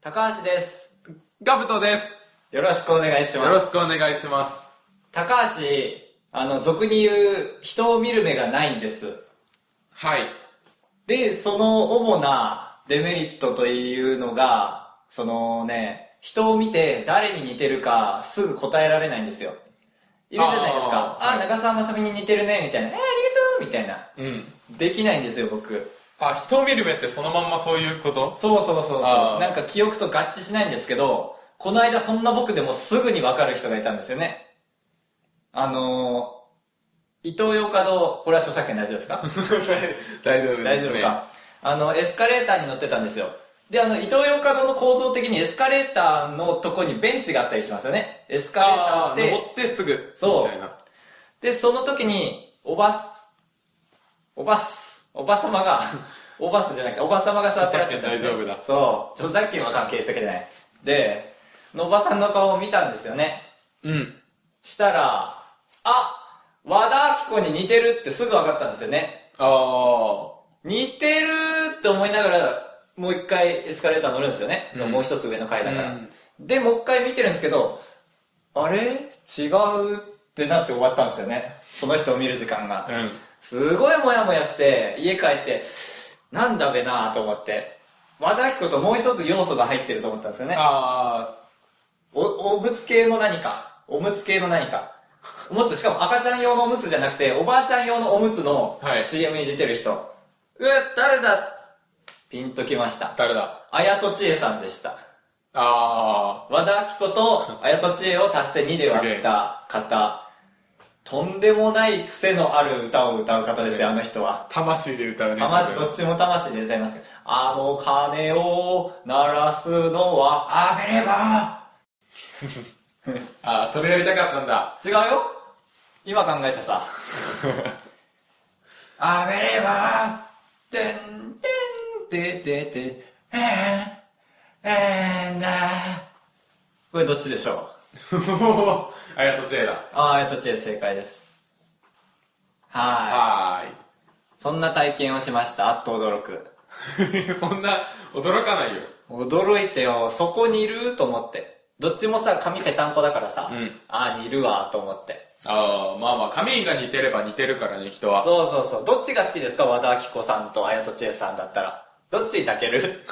高橋です。ガブトです。よろしくお願いしよまろす。しくお願いします。高橋、あの、俗に言う、人を見る目がないんです。はい。で、その主なデメリットというのが、そのね、人を見て誰に似てるかすぐ答えられないんですよ。いるじゃないですか。あーあはい長澤まさみに似てるね、みたいな。えー、ありがとうみたいな。うん。できないんですよ、僕。あ、人を見る目ってそのまんまそういうことそうそうそうそう。あーなんか記憶と合致しないんですけど、この間そんな僕でもすぐにわかる人がいたんですよね。あのー、伊東洋華堂、これは著作 権大丈夫です か大丈夫です、ね。大丈夫か。あの、エスカレーターに乗ってたんですよ。で、あの、伊東洋華堂の構造的にエスカレーターのとこにベンチがあったりしますよね。エスカレーあターーで登、ってすぐ。そうみたいな。で、その時に、おばす、おばす、おばさま が、おばすじゃなくて、おばさまが座ってらっしゃったんですよ著作権大丈夫だそう。著作権は関係してけない。で、のおばさんの顔を見たんですよね。うん。したら、あ、和田アキ子に似てるってすぐ分かったんですよね。ああ。似てるって思いながら、もう一回エスカレーター乗るんですよね。うんもう一つ上の階だから。うんで、もう一回見てるんですけど、あれ違うってなって終わったんですよね。その人を見る時間が。うん。すごいモヤモヤして、家帰って、なんだべなぁと思って。和田アキ子ともう一つ要素が入ってると思ったんですよね。あお、おむつ系の何か。おむつ系の何か。おむつ、しかも赤ちゃん用のおむつじゃなくて、おばあちゃん用のおむつのはい CM に出てる人。うわ、誰だピンときましあ、た。誰だ綾戸千恵さんでした。あ和田アキ子と綾戸千恵を足して2で割った方。とんでもない癖のある歌を歌う方ですよ、あの人は。あ、魂で歌うね。魂、どっちも魂で歌いますけどあの鐘を鳴らすのは、あべればああ、それやりたかったんだ。 違うよ今考えたさ。あべればてんてんててて、えー、えーんだこれどっちでしょうあやとちえだ。あー、えっと、ちえ正解です。はーい。はそんな体験をしました。あっと驚く。ーい。 そんな、驚かないよ。驚いてよ、そこにいると思って。どっちもさ、髪ぺたんこだからさ、うんああ、似るわ、と思って。ああ、まあまあ、髪が似てれば似てるからね、人は。そうそうそう。どっちが好きですか和田アキ子さんと綾戸千恵さんだったら。どっちに抱け る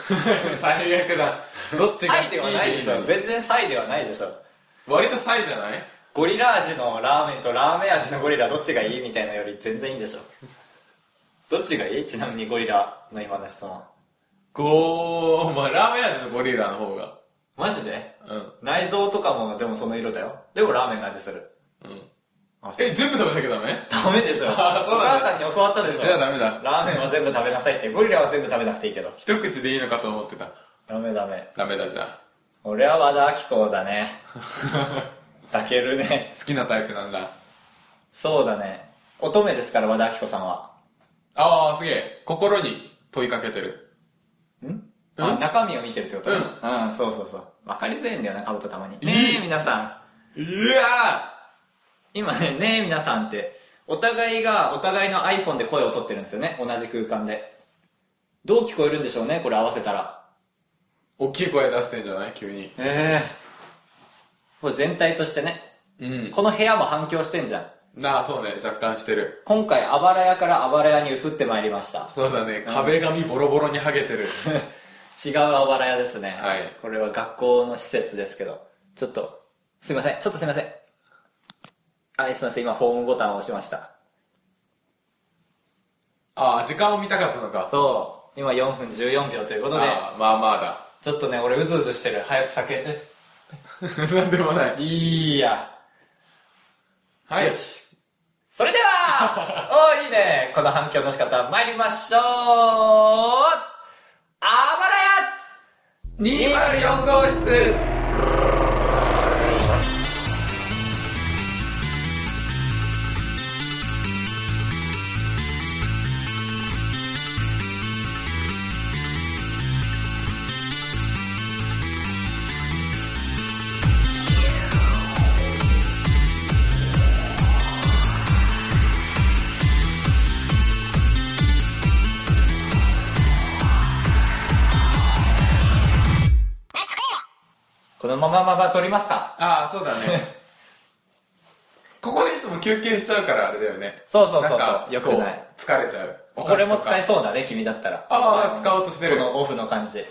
最悪だ。どっちがサ好イきではないでしょ。全然サイではないでしょ。割とサイじゃないゴリラ味のラーメンとラーメン味のゴリラどっちがいいみたいなより全然いいんでしょ。どっちがいいちなみにゴリラの今の質問。ゴー、まあ、ラーメン味のゴリラの方が。マジでうん。内臓とかもでもその色だよ。でもラーメンの味する。うん。あそうえ、全部食べなきゃダメダメでしょ。おあそうな母んださんに教わったでしょ。じゃあダメだ。ラーメンは全部食べなさいって、ゴリラは全部食べなくていいけど。一口でいいのかと思ってた。ダメダメ。ダメだじゃ俺は和田アキ子だね。抱けるね。あ。 好きなタイプなんだ。そうだね。乙女ですから、和田アキ子さんは。ああ、すげえ。心に問いかけてる。んあ、中身を見てるってこと。うんうん、そうそうそう。わかりづらいんだよな、カブトたまに。いいねえ、皆さん。いや今ね、ねえ皆さんって、お互いがお互いの iPhone で声を取ってるんですよね。同じ空間で。どう聞こえるんでしょうね、これ合わせたら。ー大きい声出してんじゃない急に。ええこれ全体としてね。うん。この部屋も反響してんじゃん。なあ、そうね。若干してる。今回、あばら屋からあばら屋に移ってまいりました。そうだね。壁紙ボロボロに剥げてる。違うあばら屋ですね。はいこれは学校の施設ですけど。ちょっと、すいません。ちょっとすいません。はい、すいません。今、ホームボタンを押しました。ああ、時間を見たかったのか。そう。今、4分14秒ということで、ああ、まあまあだ。 ちょっとね、俺、うずうずしてる。早く酒。なんでもない。いいや。はい。よし。それでは、おーいいね。この反響の仕方、参りましょう。あばらや204号室ラジオこのまままま撮りますかああそうだねここでいつも休憩しちゃうからあれだよねそうそうそうそうなんかよくないこう疲れちゃうおこ菓子とれかも使えそうだね君だったらああ使おうとしてるこのオフの感じ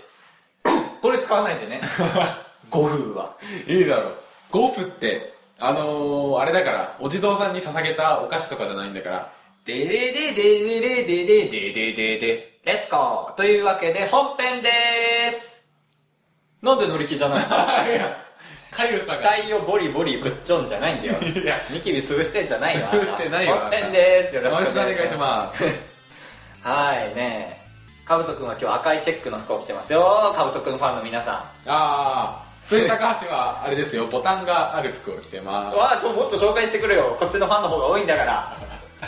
これ使わないでね 5分はいいだろうゴーフってあのー、あれだからお地蔵さんに捧げたお菓子とかじゃないんだからでれでででれででででででレッツゴーというわけで本編でーすなんで乗り気じ ゃないのいやカユさんが額をボリボリぶっちょんじゃないんだよ いやニキビ潰してんじゃないよ潰してないよ本編ですよよろろししくくおお願願いいししますます はいねえかぶとくんは今日赤いチェックの服を着てますよかぶとくんファンの皆さああそれで高橋はあれですよボタンがある服を着てんまわあちょもっと紹介してくれよこっちのファンの方が多いんだから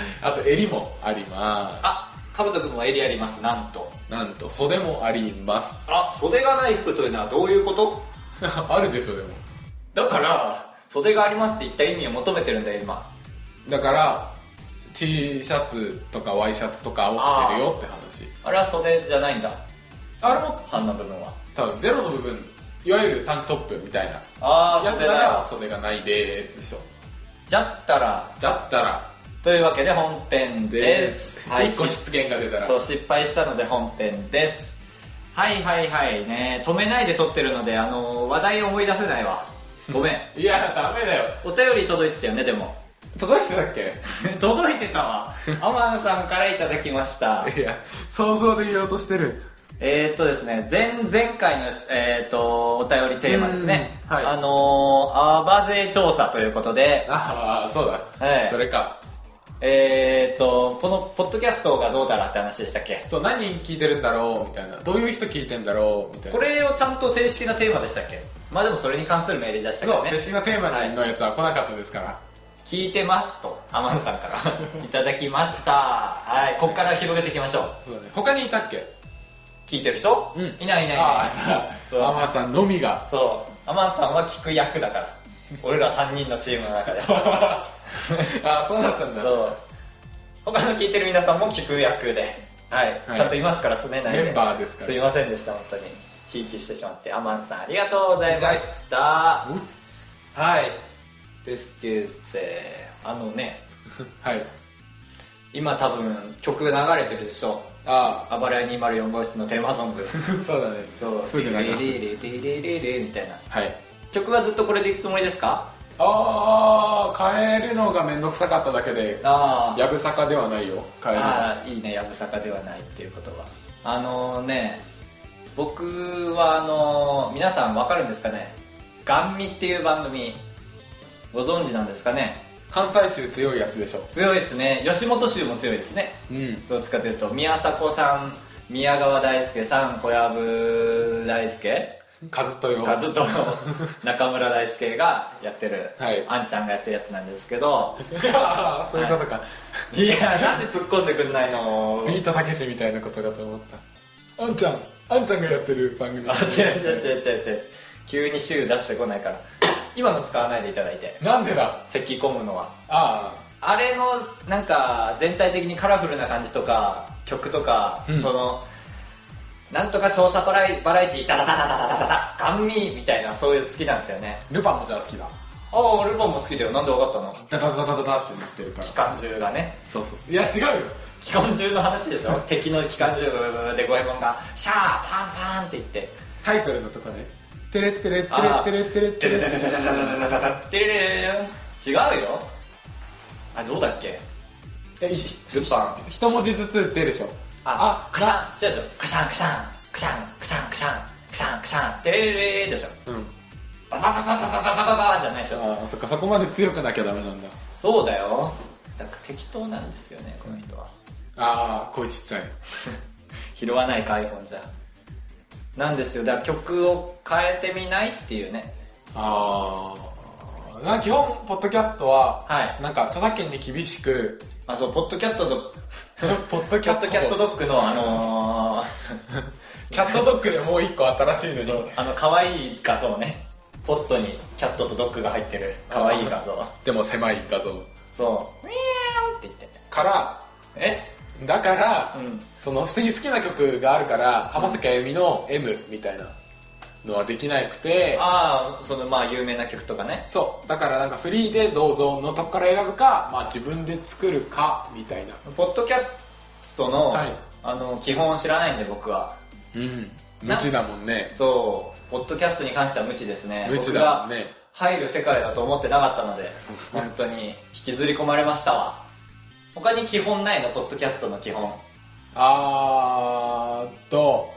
すあと襟もありまあかぶとくんも襟ありますなんとすなんと袖もあります あ袖がない服というのはどういうことあるでしょでもだから袖がありますって言った意味を求めてるんだよ今だから T シャツとかワイシャツとかを着てるよって話あれは袖じゃないんだあれも半の部分は多分ゼロの部分いわゆるタンクトップみたいなああやつ袖なだらよ袖がないですでしょじゃったらじゃったらというわけで本編でですすはい一個失言が出たらそう失敗したので本編ですはいはいはいね止めないで撮ってるのであの話題を思い出せないわご めんいやダメだよお便り届いてたよねでも届いてたっけ 届いてたわアマンさんからいただきましたいや想像で言おうとしてるえー、っとですね、前前回の、えー、っとお便りテーマですね、うんはいあのー、アバ税調査ということで、ああそうだ、はいそれかえー、っとこのポッドキャストがどうだらって話でしたっけそう何人聞いてるんだろうみたいなどういう人聞いてんだろうみたいなこれをちゃんと正式なテーマでしたっけまあでもそれに関するメールでしたけそどうね正式なテーマのやつは来なかったですから、聞いてますとアマンさんから いただきましたはいここから広げていきましょうそうだね他にいたっけ聞いてる人、うんいないいないいあなあいじゃそうあアマさんのみが そうアマンさんは聞く役だから俺ら3人のチームの中でああそうだったんだそう他の聞いてる皆さんも聞く役で、はいはいちゃんといますからすねないでメンバーですからすいませんでした本当にひいきしてしまってアマンさんありがとうございましたはいですけどあのねはい今多分曲流れてるでしょ「ああばらや204号室」のテーマソングあそうだねすぐ流リリすリリリリリリみたいなはい曲はずっとこれでいくつもりですかああ変えるのがめんどくさかっただけであやぶさかではないよ変えるのはああいいねやぶさかではないっていうことはあのね僕はあの皆さんわかるんですかね「ガンミ」っていう番組ご存知なんですかね関西州強いやつでしょ強いですね吉本州も強いですねうんどっちかというと宮迫さん宮川大輔さん小籔大輔カズトよがずっと中村大輔がやってる、はいあんちゃんがやってるやつなんですけどああ そういうことか、いやなんで突っ込んでくんない のビートたけしみたいなことかと思ったあんちゃんあんちゃんがやってる番組あ違う違う違う違う違う急に週出してこないから今の使わないでいただいてなんでだ咳き込むのはああれのなんか全体的にカラフルな感じとか曲とか、うんそのなんとか調査バラエバラエティーダダダダダダダダガンミーみたいなそういうの好きなんですよねあルパンもじゃあ好きだああルパンも好きだよなんで分かったのダダダダダダってなってるから機関銃がねそうそういや違うよ機関銃の話でしょ敵の機関銃で五右衛門がシャーパンパンって言ってタイトルのとこねテレッテレッテレあーッテレッテレッテレッテレレレレ違うよあどうだっけテルパン一文字ずつ出るでしょああカシャン違うでしょカシャンカシャンカシャンカシャンカシャンカシャンカシャンテレレレレでしょうんババババババババババじゃないでしょあーそっかそこまで強くなきゃダメなんだそうだよだから適当なんですよねこの人はああ声ちっちゃい拾わないか iPhone じゃなんですよだから曲を変えてみないっていうねああなんか基本ポッドキャストは、はいなんか著作権に厳しくあそうポッドキャットドポッドキャットキャットドッグのあのキャットドッグでもう一個新しいのにー、あの可愛い画像ねポットにキャットとドッグが入ってる可愛い画像でも狭い画像そうミャーって言ってからえだから、うんその普通に好きな曲があるから浜崎あゆみの「M」みたいなのはできなくてああそのまあ有名な曲とかねそうだからなんかフリーでどうぞのとこから選ぶか、まあ、自分で作るかみたいなポッドキャストの,、はいあの基本を知らないんで僕はうん無知だもんねそうポッドキャストに関しては無知ですね無知だもんね僕が入る世界だと思ってなかったので 本当に引きずり込まれましたわ他に基本ないのポッドキャストの基本あーっと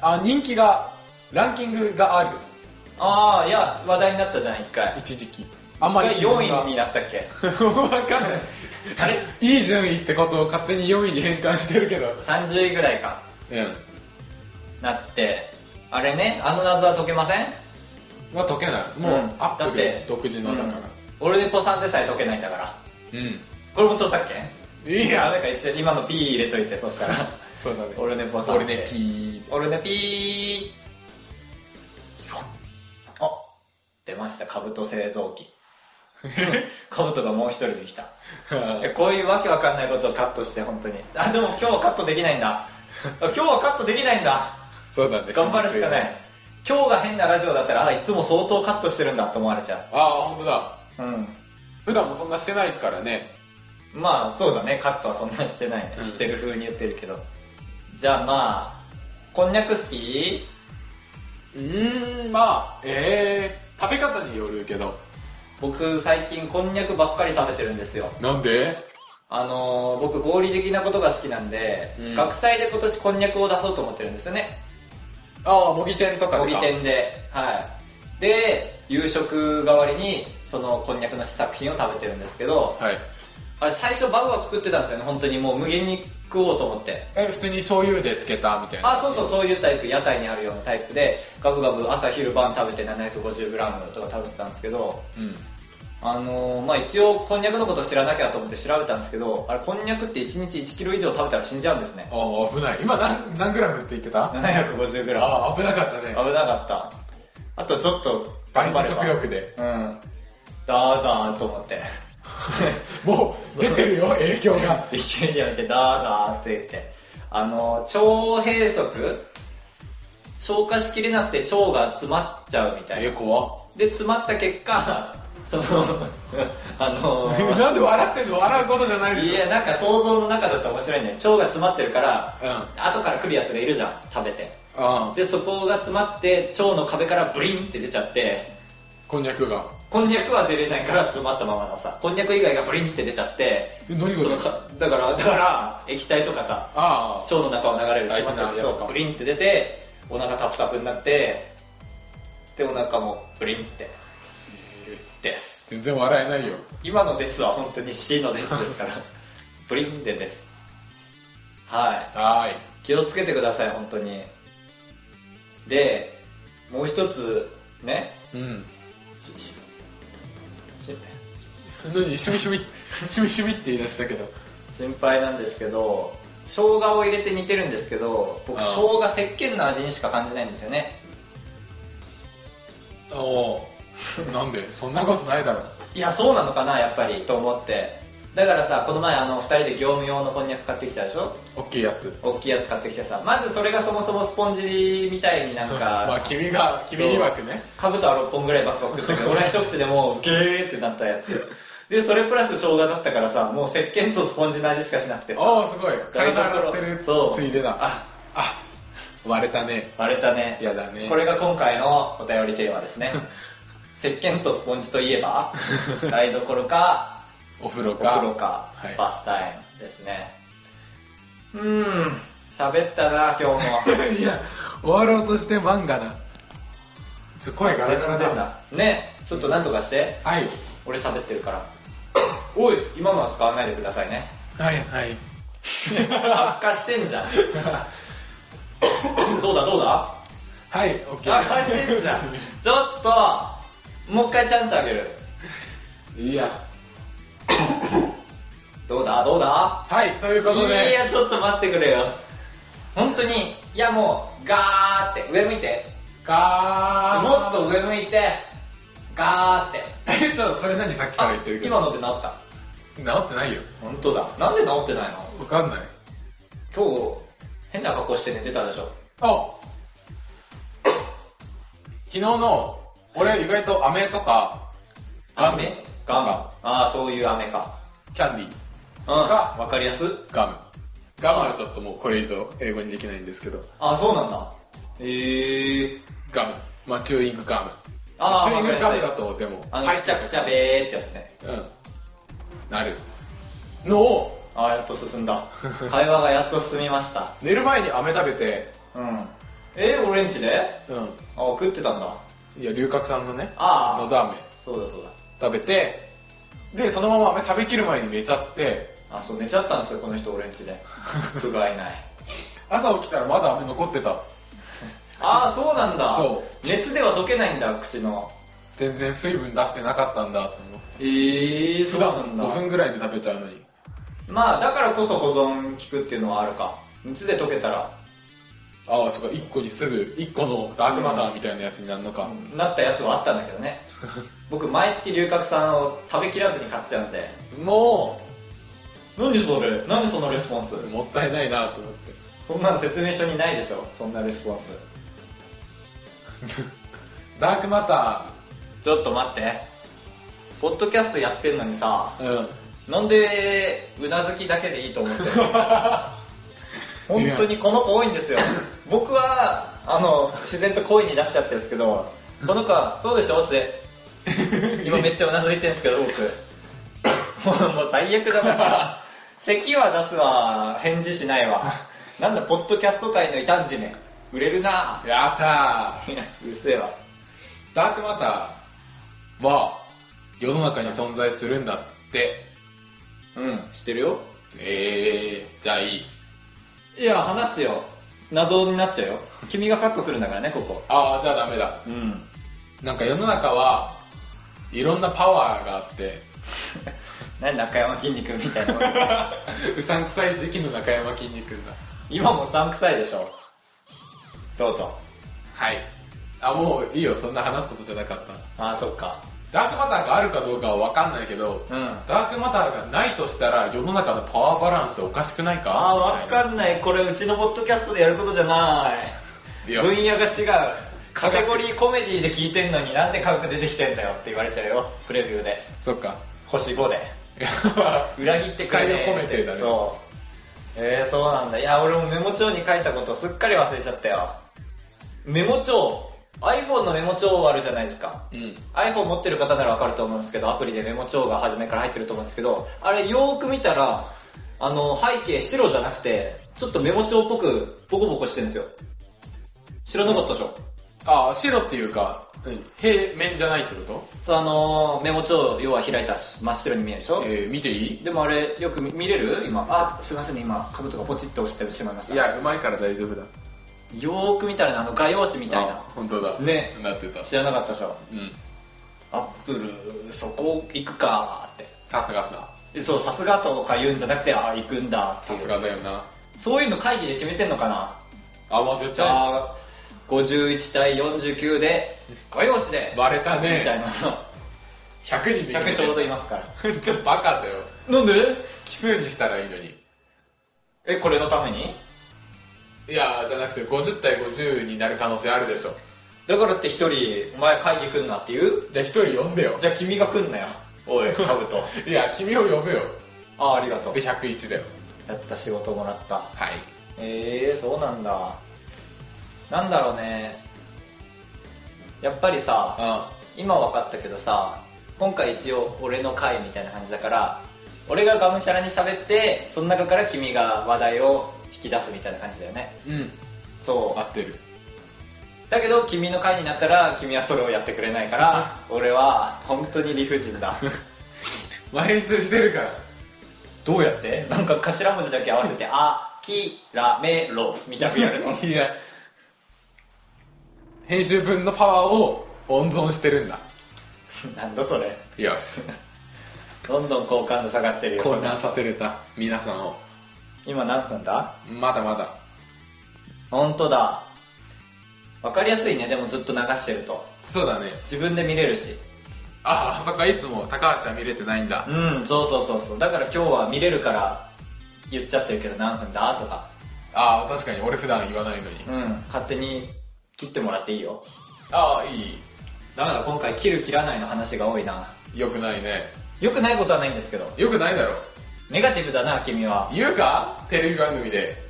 あ人気がランキングがあるああいや話題になったじゃん一回一時期あんまり基準が4位になったっけ 分かんないあれ いい順位ってことを勝手に4位に変換してるけど30位ぐらいかうんなってあれねあの謎は解けませんは解けないもう、うんアップだってル独自のだからオルネポさんでさえ解けないんだからうん、これも著作権いいやなんか一応今の P 入れといてそしたらそうだねオルネポさん俺ねピーオルネピーあ出ました兜製造 機兜がもう一人できた いやこういうわけわかんないことをカットして本当にあでも今日はカットできないんだあ今日はカットできないんだそうだね頑張るしかない今日が変なラジオだったらあいつも相当カットしてるんだと思われちゃああ本当だううん普段もそんなしてないからねまあそうだねカットはそんなにしてないね、うんしてる風に言ってるけどじゃあまあこんにゃく好きうーんまあええ食べ方によるけど僕最近こんにゃくばっかり食べてるんですよなんであのー僕合理的なことが好きなんで、うん学祭で今年こんにゃくを出そうと思ってるんですよねああ模擬店とか模で擬か店ではいで夕食代わりにそのこんにゃくの試作品を食べてるんですけどはいあれ最初バクバク食ってたんですよね本当にもう無限に食おうと思ってえ普通に醤油で漬けたみたいなあそうそうそういうタイプ屋台にあるようなタイプでガブガブ朝昼晩食べて 750g とか食べてたんですけどうんあのーまあ一応こんにゃくのこと知らなきゃと思って調べたんですけどあれこんにゃくって1日 1kg 以上食べたら死んじゃうんですねああ危ない今何何グラムって言ってた 750g 危なああ危なかったねかったあとちょっと倍頑張のれば食欲でうんダーダーと思ってもう出てるよ影響 がで急にやめてダーダーって言ってあの腸閉塞消化しきれなくて腸が詰まっちゃうみたいなえ怖っで詰まった結果その あの なんで笑ってんの笑うことじゃないでいしょやなんか想像の中だったら面白いね腸が詰まってるからうん後から来るやつがいるじゃん食べてああでそこが詰まって腸の壁からブリンって出ちゃってこんにゃくがこんにゃくは出れないから詰まったままのさこんにゃく以外がブリンって出ちゃってえ何がそのかだからだから液体とかさあ腸あの中を流れる大事詰なまってるやつそかうブリンって出てお腹タプタプになってでお腹もブリンってです全然笑えないよ今のですは本当に C のですです からブリンデですははーいい気をつけてください本当にでもう一つねうんししし何しみしみしみしみって言い出したけど心配なんですけど生姜を入れて煮てるんですけど僕ああ生姜石鹸の味にしか感じないんですよねおおなんでそんなことないだろいやそうなのかなやっぱりと思ってだからさこの前あの2人で業務用のこんにゃく買ってきたでしょ大きいやつ大きいやつ買ってきてさまずそれがそもそもスポンジみたいになんか、 まあ君が君曰くねカブとは6本ぐらいバックバックしてて俺は一口でもうゲーってなったや つでそれプラス生姜だったからさもう石鹸とスポンジの味しかしなくてさおおすごい体洗ってるそうついでだああ割れたね割れたねやだねこれが今回のお便りテーマです ね石鹸とスポンジといえば台所かお風呂おか風呂か、はいバスタイムですねうーん喋ったな今日も いや終わろうとして漫画だちょ声ガラガラ全然だねちょっとなんとかしてはい俺喋ってるからおい今のは使わないでくださいねはいはい悪化してんじゃ んどうだどうだはいオッケ悪化してんじゃんちょっともう一回チャンスあげるーいやどうだどうだはいということいでやちょっと待ってくれよ本当にいやもうガーって上向いてガもっと上向いてガーって えちょっとそれ何さっきから言ってるけど今ので治った治ってないよ本当だなんで治ってないのわかんない今日変な格好して寝てたでしょあ昨日の俺意外と飴とかガム飴とガムかああそういう飴かキャンディーうんかわかりやすガムガムはちょっともうこれ以上英語にできないんですけどああそうなんだええー、ガムまあチューイングガムあーチューイングガムだとでもあのはいくちゃくちゃべーってやつねうんなるのをああやっと進んだ会話がやっと進みました寝る前に飴食べてうんえー、オレンジでうあ食ってたんだんいや龍角散のねあのあど飴そうだそうだ食べてでそのまま飴食べきる前に寝ちゃってあそう寝ちゃったんですよこの人オレン ジで不甲斐ない朝起きたらまだ飴残ってたああそうなんだそう熱では溶けないんだ口の全然水分出してなかったんだと思ってええー、そ普うな段んだ5分ぐらいで食べちゃうのにまあだからこそ保存効くっていうのはあるか熱で溶けたらああそっか1個にすぐ1個のダークマターみたいなやつになるのか、なったやつはあったんだけど ね僕毎月龍角散を食べきらずに買っちゃうんでも何それ何そのレスポンスうもったいないなと思ってそんなの説明書にないでしょそんなレスポンスダークマタちょっと待ってポッドキャストやってんのにさーうんなんでうなずきだけでいいと思 ってる本当にこの子多いんですよ僕はあの自然と声に出しちゃってるんですけどこの子はそうでしょって今めっちゃうなずいてるんですけど僕もうもう最悪だな咳は出すわ返事しないわなんだポッドキャスト界の異端児め売れるなやったーいやうるせえわダークマターは世の中に存在するんだってうん知ってるよえー、じゃあいいいや話してよ謎になっちゃうよ君がカットするんだからねここああじゃあダメだうんなんか世の中はいろんなパワーがあって 何中山筋肉みたいなうさんくさい時期の中山きんに君だ 今もうさんくさいでしょどうぞはいあもういいよそんな話すことじゃなかったああそっかダークマターがあるかどうかは分かんないけど、うんダークマターがないとしたら世の中のパワーバランスおかしくないかああ分みたいなかんないこれうちのポッドキャストでやることじゃないい分や野が違うカテゴリーコメディで聞いてんのになんで科学出てきてんだよって言われちゃうよプレビューでそっか星5で裏切ってくれね期待を込めてだねそうえー、そうなんだいや俺もメモ帳に書いたことすっかり忘れちゃったよメモ帳 iPhone のメモ帳あるじゃないですかうん iPhone 持ってる方ならわかると思うんですけどアプリでメモ帳が初めから入ってると思うんですけどあれよーく見たらあの背景白じゃなくてちょっとメモ帳っぽくボコボコしてるんですよ知らなかったでしょ、ああ白っていうか、うん、平面じゃないってこそうあのーメモ帳要は開いたし真っ白に見えるでしょと、えー、見ていいでもあれよく見見れる今あすいませんね今カブトがポチッと押してしまいましたいやうまいから大丈夫だよーく見たらねあの画用紙みたいあな本当だねなってた知らなかったでしょうんアップルそこ行くかーっさすがっすなてそうさすがとか言うんじゃなくてああ行くんだっていさうすがだよなそういうの会議で決めてんのかなあもう絶じ対ゃあ51対49で画用紙でバレたみたいねな100人で100ちょうどいますからどちょっとバカだよなんで奇数にしたらいいのにえこれのためにいやじゃなくて50対50になる可能性あるでしょだからって一人お前会議来んなって言うじゃあ1人呼んでよじゃあ君が来んなよおい カブトいや君を呼ぶよああありがとうで101だよやった仕事もらったはいええー、そうなんだなんだろうねやっぱりさあ今分かったけどさ今回一応俺の回みたいな感じだから俺ががむしゃらに喋ってその中から君が話題を引き出すみたいな感じだよねうんそ合ってるうだけど君の回になったら君はそれをやってくれないから俺は本当に理不尽だ毎週してるから どうやってなんか頭文字だけ合わせて「あきらめろ」み たいなやるのいや編集分のパワーを温存してるんだなんだそれよしどんどん好感度下がってるよ 混乱させれた皆さんを今何分だまだまだ本当だ分かりやすいねでもずっと流してるとそうだね自分で見れるしああそっかいつも高橋は見れてないんだうんそうそうそうそうだから今日は見れるから言っちゃってるけど何分だとかああ確かに俺普段言わないのにうん勝手に切ってもらっていいよああいだから今回切る切らないの話が多いないよくないねよくないことはないんですけどよくないだろネガティブだな君は言うかテレビ番組で、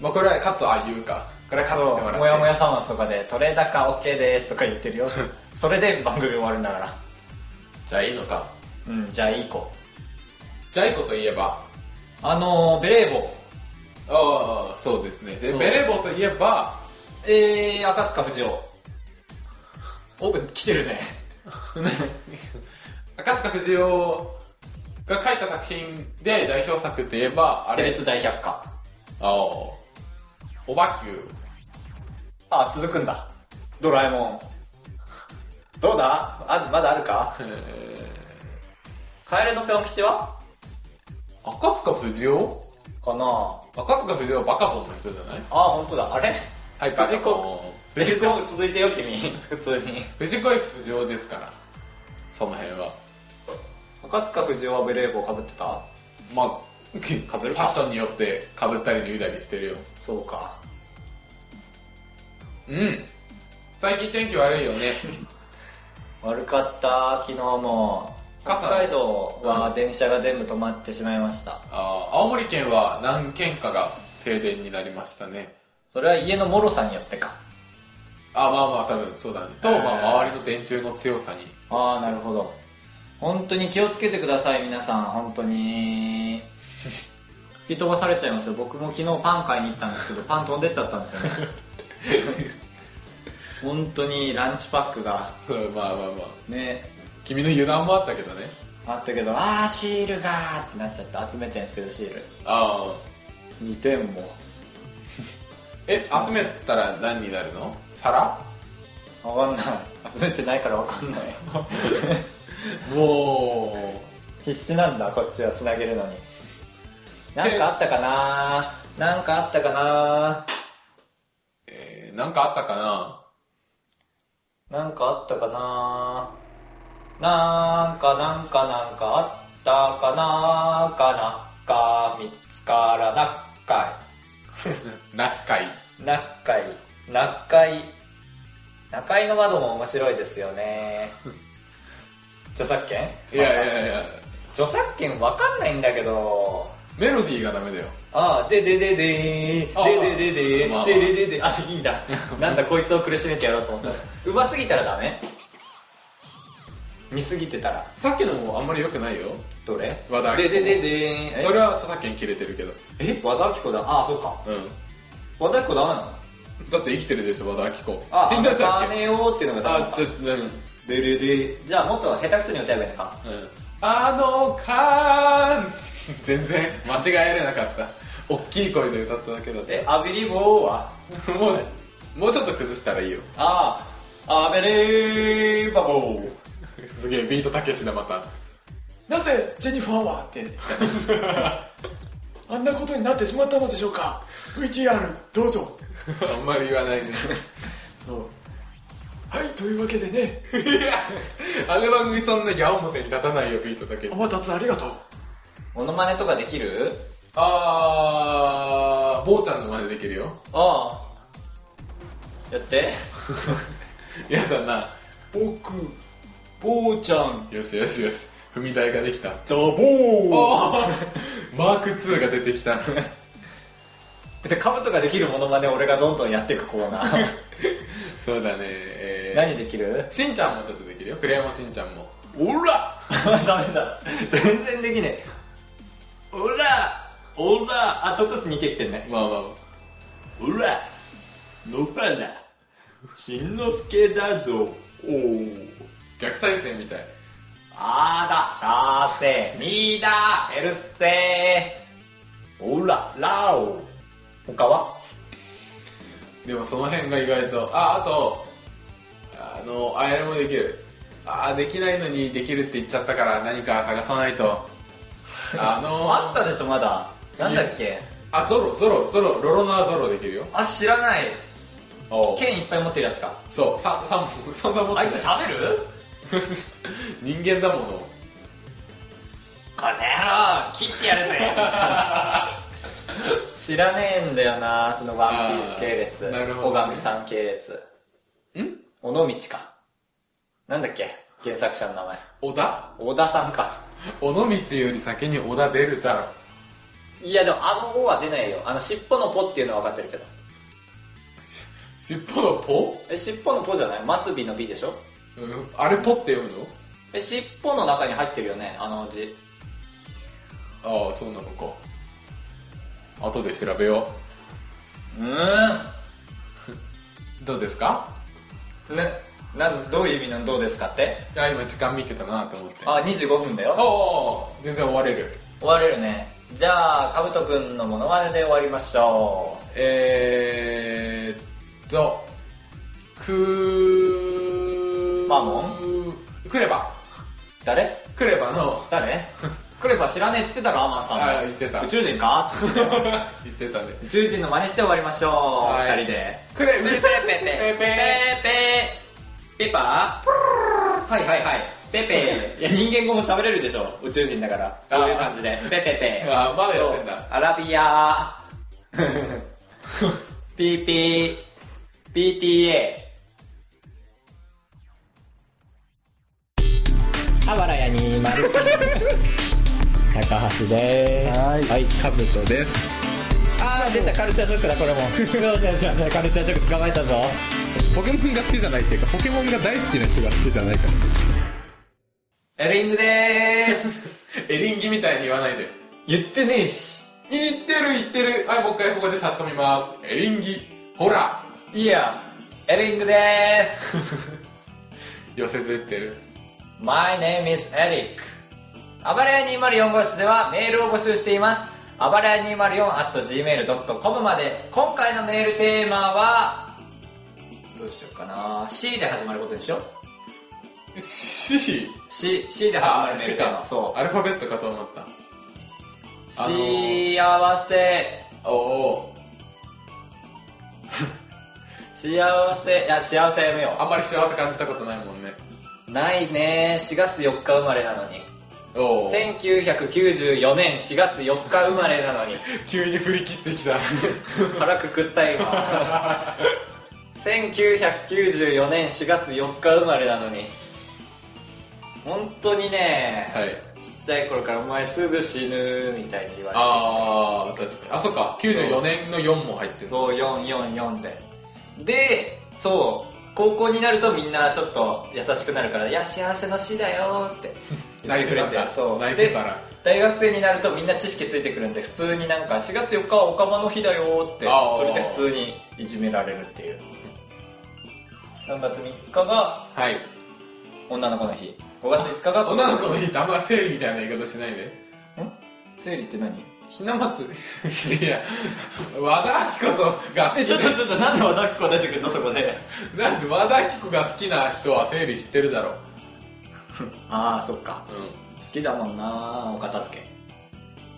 まあ、これはカットあ言うかこれはカットしてもらってもやもやサマスとかで「トレーダーか OK です」とか言って るよそれで番組終わるんだからじゃあいいのかうんじゃあいい子ジャイコといえばあのー、ベレー帽ああそうですねでそうベレボといえば えー、赤塚不二 夫お来てるね赤塚不二夫が書いた作品で代表作といえば「あテレれツ大百科ああおばきゅう」 あ続くんだドラえもんどうだあまだあるかえーカエルのペン吉は赤塚不二夫かなあ赤塚不二夫はバカボンの人じゃないあ本当だあれはい藤子バカボン藤子続いてよ君普通に藤子 F 不二夫ですからその辺は赤塚不二夫はベレー帽かぶってたまあ ファかッションによってかぶったり脱いだりしてるよそうかうん最近天気悪いよ ね悪かった昨日も北傘海道うは電車が全部止まってしまいましたあー青森県は何県かが停電になりましたねそれは家のもろさによってかあまあまあ多分そうだねと、へーまあ、周りの電柱の強さにああなるほど本当に気をつけてください皆さん本当に 吹き飛ばされちゃいますよ僕も昨日パン買いに行ったんですけどパン飛んでっちゃったんですよね 本当にランチパックがそうまあまあまあね君の油断もあったけどねあったけどああシールがーってなっちゃって集めてんですけどシールああ2点もえ集めたら何になるの皿わかんない集めてないからわかんない も必死なんだこっちはつなげるのになんかあったかなーなんかあったかなう、えー、なんかあったかなーなんかあったかなーなんかなんかなんかあったかなーかなんか見つからなっかなっかいいなっかいなっかい中井の窓も面白いですよね著作権いやいやいや著作権わかんないんだけどメロディーがダメだよああででででああーででででまあまあでででであいいん だなんだこいつを苦しめてやろうと思ったうますぎたらダメ見すぎてたらさっきのもあんまり良くないよどれ和田アキで子でででーんえそれは著作権切れてるけどえ和田アキ子だああそうかう和田アキ子ダメなのんだって生きてるでしょ和田アキ子あ死んだっあたっけ金をっていうのがダメあかちょっとうんでででじゃあもっと下手くそに歌えばいいのかうんあのかーん全然間違えれなかった大きい声で歌っただけだっえアビリボーはたもうもうちょっと崩したらいいよああアベリーバボーすげえビートたけしだまたなぜジェニファーはって あんなことになってしまったのでしょうか VTR どうぞあんまり言わないねはいというわけでねいやあの番組そんな矢面に立たないよビートたけしお待たせありがとうモノマネとかできるあー坊ちゃんの真似できるよああやってやだな僕坊ちゃんよしよしよし踏み台ができたダボーおーマー ク2が出てきたでカブとかできるものまね俺がどんどんやっていくコーナ ーそうだね、えー、何できるしんちゃんもちょっとできるよ栗山しんちゃんもオラ ダメだ全然できねえオラオラあちょっとずつ似てきてんねまあまあオラ野原しんのすけだぞおー逆再生みたいあーだ、シャーセー、ミーだ、エルセー、オラ、ラオ。他はでもその辺が意外とああとあのあれもできるああできないのにできるって言っちゃったから何か探さないとあのあったでしょ、まだ。なんだっけあゾロゾロゾロロロナーゾロできるよあ、知らない。おう剣いっぱい持ってるやつか。そうささんそんなもんあいつ喋る人間だものこの野郎、切ってやる ぜ。知らねえんだよな、そのワンピース系列。あーなるほ小ど神さん系列。ん尾道か。なんだっけ原作者の名前。小田小田さんか。尾道より先に小田出るだろいや、でもあの尾は出ないよ。あの、尻尾のポっていうのは分かってるけど。尻尾のポえ、尻尾のポじゃない末尾の尾でしょうんあれポって読むのえ、尻尾の中に入ってるよね、あの字。ああそうなのか後で調べようーん。うどうですかね、なんどういう意味なのどうですかっていや今時間見てたなと思ってあ25分だよおー全然終われる終われるねじゃあかぶとくんのモノマネで終わりましょえーっとくマモンクレバう誰クレバの誰クレバ知らねえっつってたろアマンさんあ言ってた宇宙人か 言ってたね宇宙人の真似して終わりましょう、はい二人でクレペバペペペペペペパーはいはいはいペペいや人間語も喋れるでしょ宇宙人だからこういう感じでペペペあまだやってんだアラビア PP PTA あばらやにまる高橋ですはいはいカブトですあー出たカルチャーショックだこれ もそうそうそうそうカルチャーショック捕まえたぞポケモンが好きじゃないっていうかポケモンが大好きな人が好きじゃないからエリングでーすエリンギみたいに言わないで言ってねえし言ってる言ってるはいもう一回ここで差し込みますエリンギほらいいやエリングでーす寄せてってる My name is Eric あばらや204号室ではメールを募集していますあばらや 204.gmail.com まで今回のメールテーマはどうしようかな C で始まることにしよう C C, C で始まあるメー C ルテーマかそうアルファベットかと思ったあのー幸せおお幸せいや幸せやめよあんまり幸せ感じたことないもんねうないね4月4日生まれなのにおお1994年4月4日生まれなのに急に振り切ってきた 腹くくった今1994年4月4日生まれなのに本当にね、はいちっちゃい頃から「お前すぐ死ぬ」みたいに言われてああ確かにあそっか94年の4も入ってるそう444ででそう高校になるとみんなちょっと優しくなるから「いや幸せの死だよ」って言っ 泣てくいてれたんてだそう泣いてでたら大学生になるとみんな知識ついてくるんで普通になんか4月4日はオカマの日だよってあーそれで普通にいじめられるっていう3月3日がはい女の子の日5月5日が女の子の日ってあんま生理みたいな言い方しないね生理って何 ひな祭りいや和田アキ子とが好えきちょっとでちょっとなんで和田アキ子出てくるのそこで なんで和田アキ子が好きな人は生理知ってるだろうああそっかう好きだもんなお片付け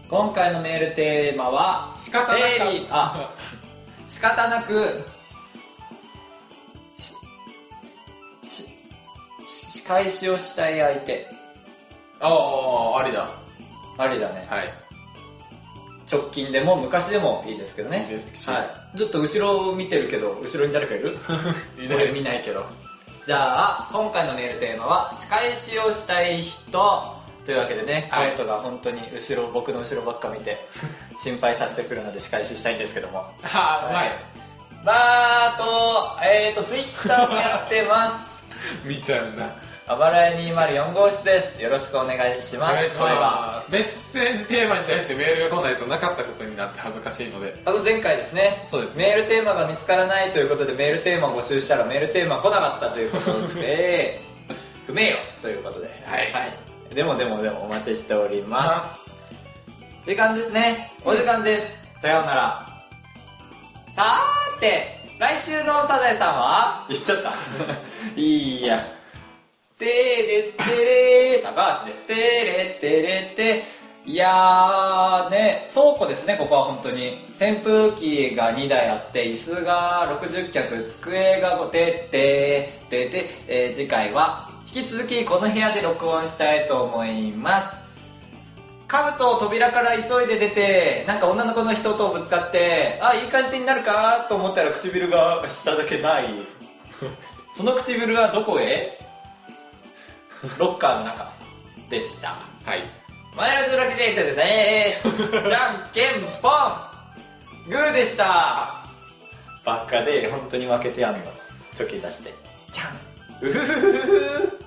今回のメールテーマは仕方なかった生理あ 仕方なくししし仕返しをしたい相手ああありだありだねはい直近でも昔でもいいですけどねいいですしはい、ちょっと後ろを見てるけど後ろに誰かいるいない俺見 ないけどじゃあ今回のメールテーマは「仕返しをしたい人」というわけでね、はいカウントが本当に後ろ僕の後ろばっか見 て心配させてくるので仕返ししたいんですけどもはあうまいまああとえっ、ー、とツイッターもやってます 見ちゃうんだあばらや204号室ですよろしくお願いしおます願いしこれはますメッセージテーマに対してメールが来ないとなかったことになって恥ずかしいのであと前回ですねそうですねメールテーマが見つからないということでメールテーマを募集したらメールテーマ来なかったということ で不名誉ということでははいでもでもでもお待ちしております時間ですねお時間です、さようならさーて来週のサザエさんは言っちゃったい いやてれってれ高橋ですてれってれっていやーね倉庫ですねここは本当に扇風機が2台あって椅子が60脚机が5てってでで、えー次回は引き続きこの部屋で録音したいと思いますカブト扉から急いで出てなんか女の子の人とぶつかってあいい感じになるかと思ったら唇が下だけないその唇はどこへロッカーの中でしたはい前の収録データじゃねえじゃんけんぽんグーでしたばっかで本当に負けてやんのチョキ出してじゃんうふふふふふ